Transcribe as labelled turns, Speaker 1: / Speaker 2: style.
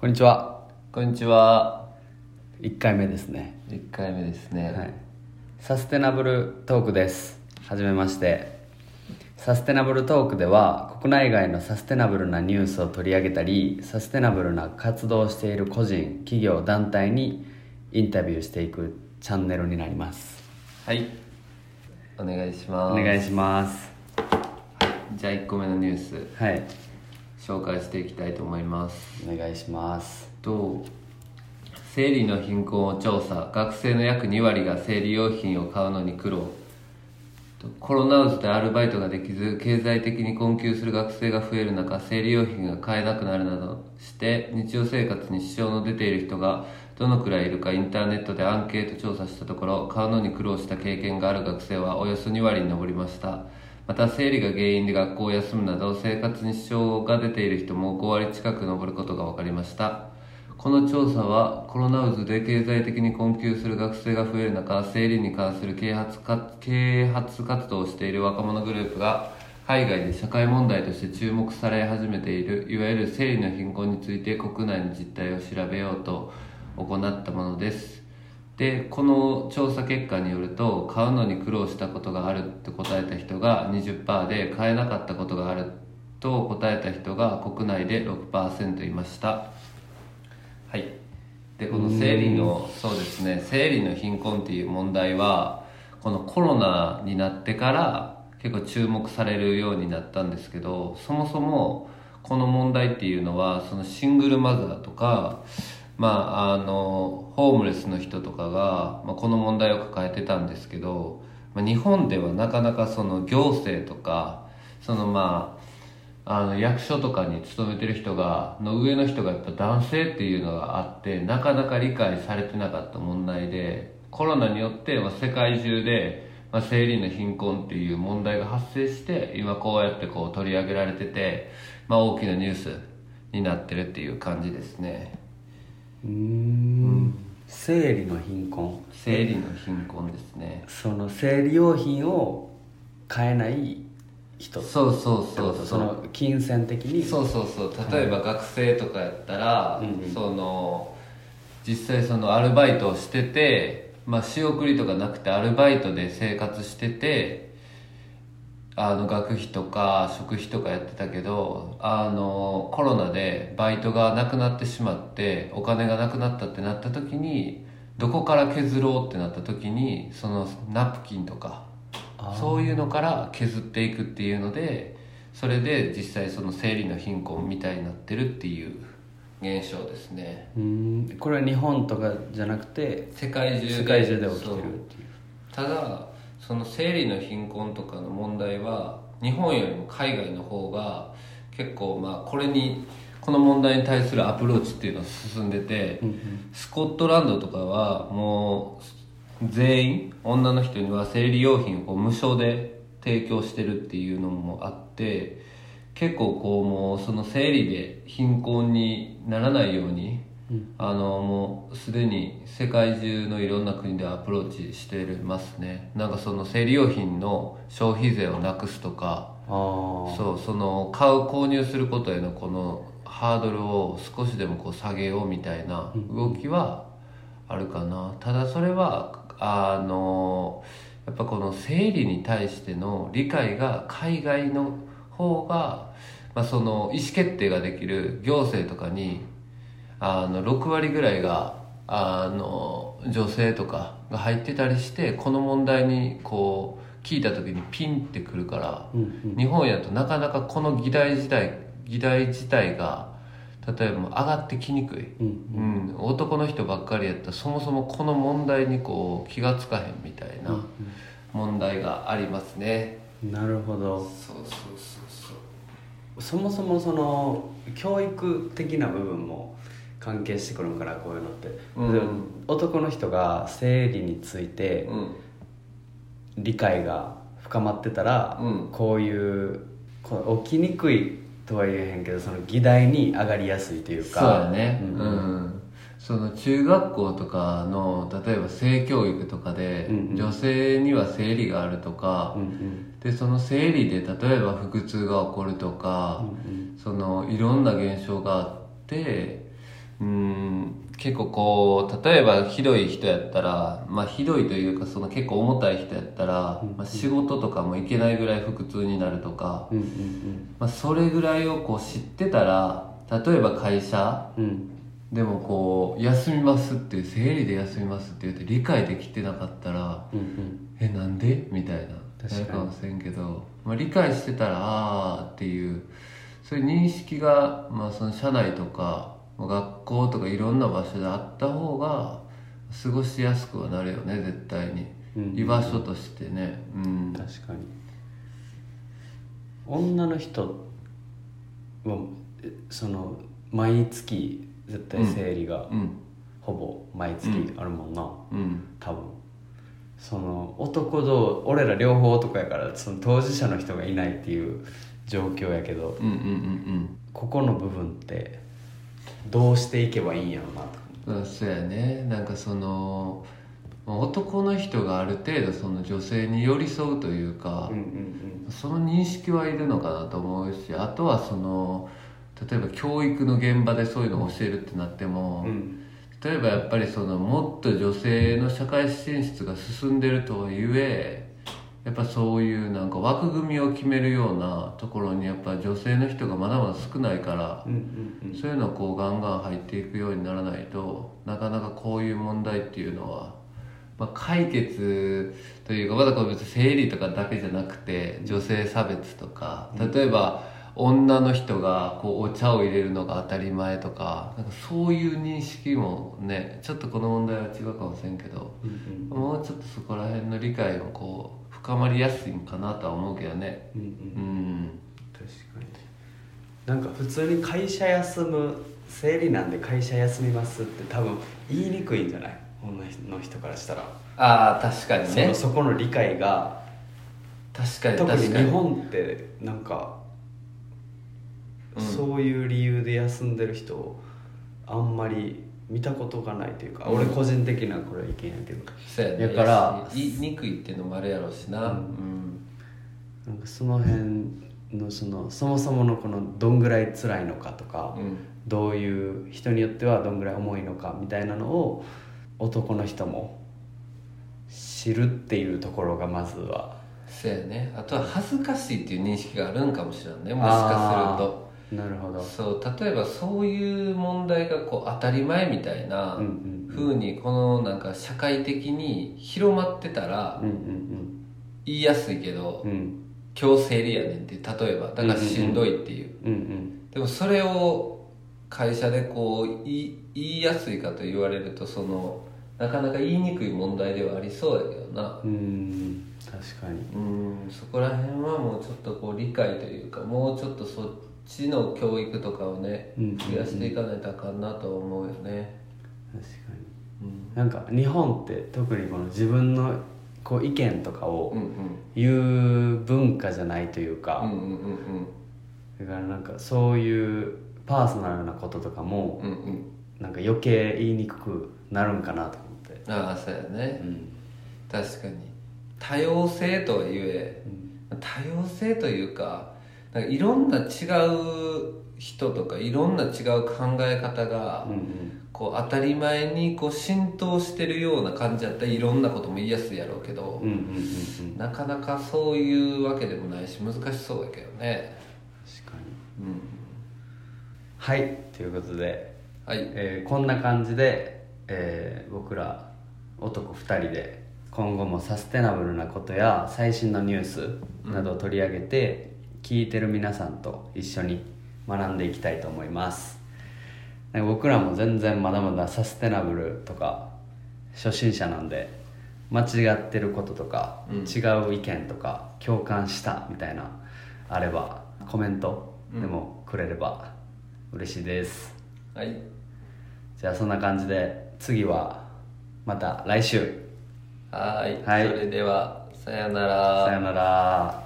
Speaker 1: こんにちは
Speaker 2: こんにちは。
Speaker 1: 1回目ですね
Speaker 2: 1回目ですね。
Speaker 1: はいサステナブルトークですはじめましてサステナブルトークでは国内外のサステナブルなニュースを取り上げたりサステナブルな活動をしている個人企業団体にインタビューしていくチャンネルになります
Speaker 2: はい。お願いし
Speaker 1: お
Speaker 2: ます。
Speaker 1: 願いします
Speaker 2: じゃあ1個目のニュース、
Speaker 1: はい
Speaker 2: 紹介していきたいと思います。
Speaker 1: お願いします
Speaker 2: と、生理の貧困を調査。学生の約2割が生理用品を買うのに苦労。とコロナウズでアルバイトができず経済的に困窮する学生が増える中生理用品が買えなくなるなどして日常生活に支障の出ている人がどのくらいいるかインターネットでアンケート調査したところ買うのに苦労した経験がある学生はおよそ2割に上りましたまた生理が原因で学校を休むなど生活に支障が出ている人も5割近く上ることが分かりましたこの調査はコロナ渦で経済的に困窮する学生が増える中生理に関する啓発か啓発活動をしている若者グループが海外で社会問題として注目され始めているいわゆる生理の貧困について国内の実態を調べようと行ったものですでこの調査結果によると買うのに苦労したことがあるって答えた人が20%で買えなかったことがあると答えた人が国内で6%いましたはい、でこの生理のそうですね生理の貧困っていう問題はこのコロナになってから結構注目されるようになったんですけどそもそもこの問題っていうのはそのシングルマザーとか、まあ、あのホームレスの人とかが、まあ、この問題を抱えてたんですけど、まあ、日本ではなかなかその行政とかそのまああの役所とかに勤めてる人がの上の人がやっぱ男性っていうのがあってなかなか理解されてなかった問題でコロナによって、まあ、世界中で、まあ、生理の貧困っていう問題が発生して今こうやってこう取り上げられてて、まあ、大きなニュースになってるっていう感じですね
Speaker 1: うーん生理の貧困
Speaker 2: 生理の貧困ですね
Speaker 1: その生理用品を買えない人って
Speaker 2: そうそうそ
Speaker 1: こ
Speaker 2: う
Speaker 1: と
Speaker 2: そ
Speaker 1: そうの金銭的に
Speaker 2: そうそうそう例えば学生とかやったら、
Speaker 1: うんうん
Speaker 2: その実際そのアルバイトをしてて、まあ、仕送りとかなくてアルバイトで生活しててあの学費とか食費とかやってたけどあのコロナでバイトがなくなってしまってお金がなくなったってなった時にどこから削ろうってなった時にそのナプキンとか
Speaker 1: あー
Speaker 2: そういうのから削っていくっていうのでそれで実際その生理の貧困みたいになってるっていう現象ですね
Speaker 1: うーんこれは日本とかじゃなくて
Speaker 2: 世界中で
Speaker 1: 世界中で起きて
Speaker 2: そう
Speaker 1: るっていう
Speaker 2: ただその生理の貧困とかの問題は日本よりも海外の方が結構まあこれにこの問題に対するアプローチっていうのは進んでて、
Speaker 1: うんうん
Speaker 2: スコットランドとかはもう全員女の人には生理用品をこう無償で提供してるっていうのもあって結構こうもうその生理で貧困にならないように、
Speaker 1: うん
Speaker 2: あのもうすでに世界中のいろんな国でアプローチしてますねなんかその生理用品の消費税をなくすとか
Speaker 1: あ
Speaker 2: そうその買う購入することへのこのハードルを少しでもこう下げようみたいな動きはあるかな、ただそれはあのやっぱこの生理に対しての理解が海外の方が、まあ、その意思決定ができる行政とかにあの6割ぐらいがあの女性とかが入ってたりしてこの問題にこう聞いた時にピンってくるから。
Speaker 1: あうんうん
Speaker 2: 日本やとなかなかこの議題自体議題自体が例えば上がってきにくい、
Speaker 1: うん
Speaker 2: うん、男の人ばっかりやったらそもそもこの問題にこう気がつかへんみたいな問題がありますね、
Speaker 1: うんなるほど
Speaker 2: そうそうそう
Speaker 1: そもそもその教育的な部分も関係してくるんからこういうのって、
Speaker 2: うん
Speaker 1: 例えば男の人が生理について
Speaker 2: うん
Speaker 1: 理解が深まってたら、
Speaker 2: うん
Speaker 1: こういうこう起きにくいとは言えへんけどその議題に上がりやすいというか
Speaker 2: そうやねう、
Speaker 1: うんん
Speaker 2: その中学校とかの例えば性教育とかで、
Speaker 1: うんうん
Speaker 2: 女性には生理があるとか、
Speaker 1: うんうん
Speaker 2: でその生理で例えば腹痛が起こるとか、
Speaker 1: うん
Speaker 2: そのいろんな現象があってうん結構こう例えばひどい人やったらまあひどいというかその結構重たい人やったら、まあ、仕事とかも行けないぐらい腹痛になるとか、
Speaker 1: うんうん
Speaker 2: まあ、それぐらいをこう知ってたら例えば会社
Speaker 1: うんうん
Speaker 2: でもこう休みますっていう生理で休みますって言って理解できてなかったら
Speaker 1: うんうん
Speaker 2: えなんでみたいな
Speaker 1: 確か
Speaker 2: な
Speaker 1: に
Speaker 2: るかもしれんけど、まあ、理解してたらああっていうそういう認識が、まあ、その社内とかまあ学校とかいろんな場所であった方が過ごしやすくはなるよね絶対に、
Speaker 1: うん
Speaker 2: 居場所としてねうん
Speaker 1: 確かに女の人はえその毎月絶対生理が
Speaker 2: うん
Speaker 1: ほぼ毎月あるもんな、
Speaker 2: うん
Speaker 1: 多分その男と俺ら両方男やからその当事者の人がいないっていう状況やけど
Speaker 2: うんうんうん
Speaker 1: ここの部分ってどうしていけばいいんやろなと
Speaker 2: うんうんそうやねなんかそのまあ男の人がある程度その女性に寄り添うというか、
Speaker 1: うんうん
Speaker 2: その認識はいるのかなと思うしあとはその例えば教育の現場でそういうのを教えるってなっても、
Speaker 1: うん
Speaker 2: 例えばやっぱりそのもっと女性の社会進出が進んでるとはいえやっぱそういうなんか枠組みを決めるようなところにやっぱ女性の人がまだまだ少ないから
Speaker 1: うんう、ん
Speaker 2: そういうのをこうガンガン入っていくようにならないとなかなかこういう問題っていうのは、まあ、解決というかまだこれ別に生理とかだけじゃなくて女性差別とか例えば女の人がこうお茶を入れるのが当たり前とかなんかそういう認識もねちょっとこの問題は違うかもしれんけど
Speaker 1: うんうん
Speaker 2: もうちょっとそこら辺の理解もこう深まりやすいんかなとは思うけどね
Speaker 1: うんうん
Speaker 2: うん
Speaker 1: 確かになんか普通に会社休む生理なんで会社休みますって多分言いにくいんじゃない女の人からしたら、
Speaker 2: ああ確かに
Speaker 1: そ
Speaker 2: ね
Speaker 1: のそこの理解が
Speaker 2: 確かに
Speaker 1: 特に
Speaker 2: 確か
Speaker 1: 日
Speaker 2: に
Speaker 1: 本ってなんか、
Speaker 2: うん
Speaker 1: そういう理由で休んでる人をあんまり見たことがないというか、俺個人的なこれは意見やけど
Speaker 2: そうやね
Speaker 1: だから
Speaker 2: 言いにくいっていうのもあるやろうしな
Speaker 1: う
Speaker 2: うん、
Speaker 1: なんかその辺のそのそもそものこのどんぐらい辛いのかとか、
Speaker 2: うん
Speaker 1: どういう人によってはどんぐらい重いのかみたいなのを男の人も知るっていうところがまずは
Speaker 2: そうやねあとは恥ずかしいっていう認識があるんかもしれんね
Speaker 1: も
Speaker 2: もしかすると
Speaker 1: するとなるほど
Speaker 2: そう例えばそういう問題がこう当たり前みたいな
Speaker 1: うんうんうん
Speaker 2: 風にこのなんか社会的に広まってたら
Speaker 1: うんうん
Speaker 2: 言いやすいけど
Speaker 1: うんうん
Speaker 2: 「今日生理やねん」って例えばだからしんどいっていう
Speaker 1: うんうん
Speaker 2: でもそれを会社でこう言い言いやすいかと言われるとそのなかなか言いにくい問題ではありそうだけどな
Speaker 1: うん確かに
Speaker 2: うんそこら辺はもうちょっとこう理解というかもうちょっとそっちの教育とかをね
Speaker 1: うんうんうん
Speaker 2: 増やしていかないとあかんなと思うよね
Speaker 1: 確かに
Speaker 2: うん
Speaker 1: なんか日本って特にこの自分のこう意見とか
Speaker 2: うん
Speaker 1: を
Speaker 2: うん
Speaker 1: 言う文化じゃないというか、
Speaker 2: うんうんうん
Speaker 1: だからなんかそういうパーソナルなこととかも、
Speaker 2: うんうんうん
Speaker 1: なんか余計言いにくくなるんかなと思って
Speaker 2: ああそうやね
Speaker 1: ん
Speaker 2: 確かに多様性とはいえ多様性というかなんかいろんな違う人とかいろんな違う考え方が、
Speaker 1: うん
Speaker 2: こう当たり前にこう浸透してるような感じだったらいろんなことも言いやすいやろうけど
Speaker 1: うんう、んうんうん
Speaker 2: なかなかそういうわけでもないし難しそうだけどね
Speaker 1: 確かに
Speaker 2: うん
Speaker 1: はいということで、
Speaker 2: はい
Speaker 1: えーこんな感じで、えー僕ら男2人で今後もサステナブルなことや最新のニュースなどを取り上げて、聞いてる皆さんと一緒に学んでいきたいと思いますなんか僕らも全然まだまだサステナブルとか初心者なんで間違ってることとか、
Speaker 2: うん
Speaker 1: 違う意見とか共感したみたいなあればコメントでもくれれば嬉しいです、
Speaker 2: はい
Speaker 1: じゃあそんな感じで次はまた来週
Speaker 2: はーい
Speaker 1: はい
Speaker 2: それではさよな
Speaker 1: さよなら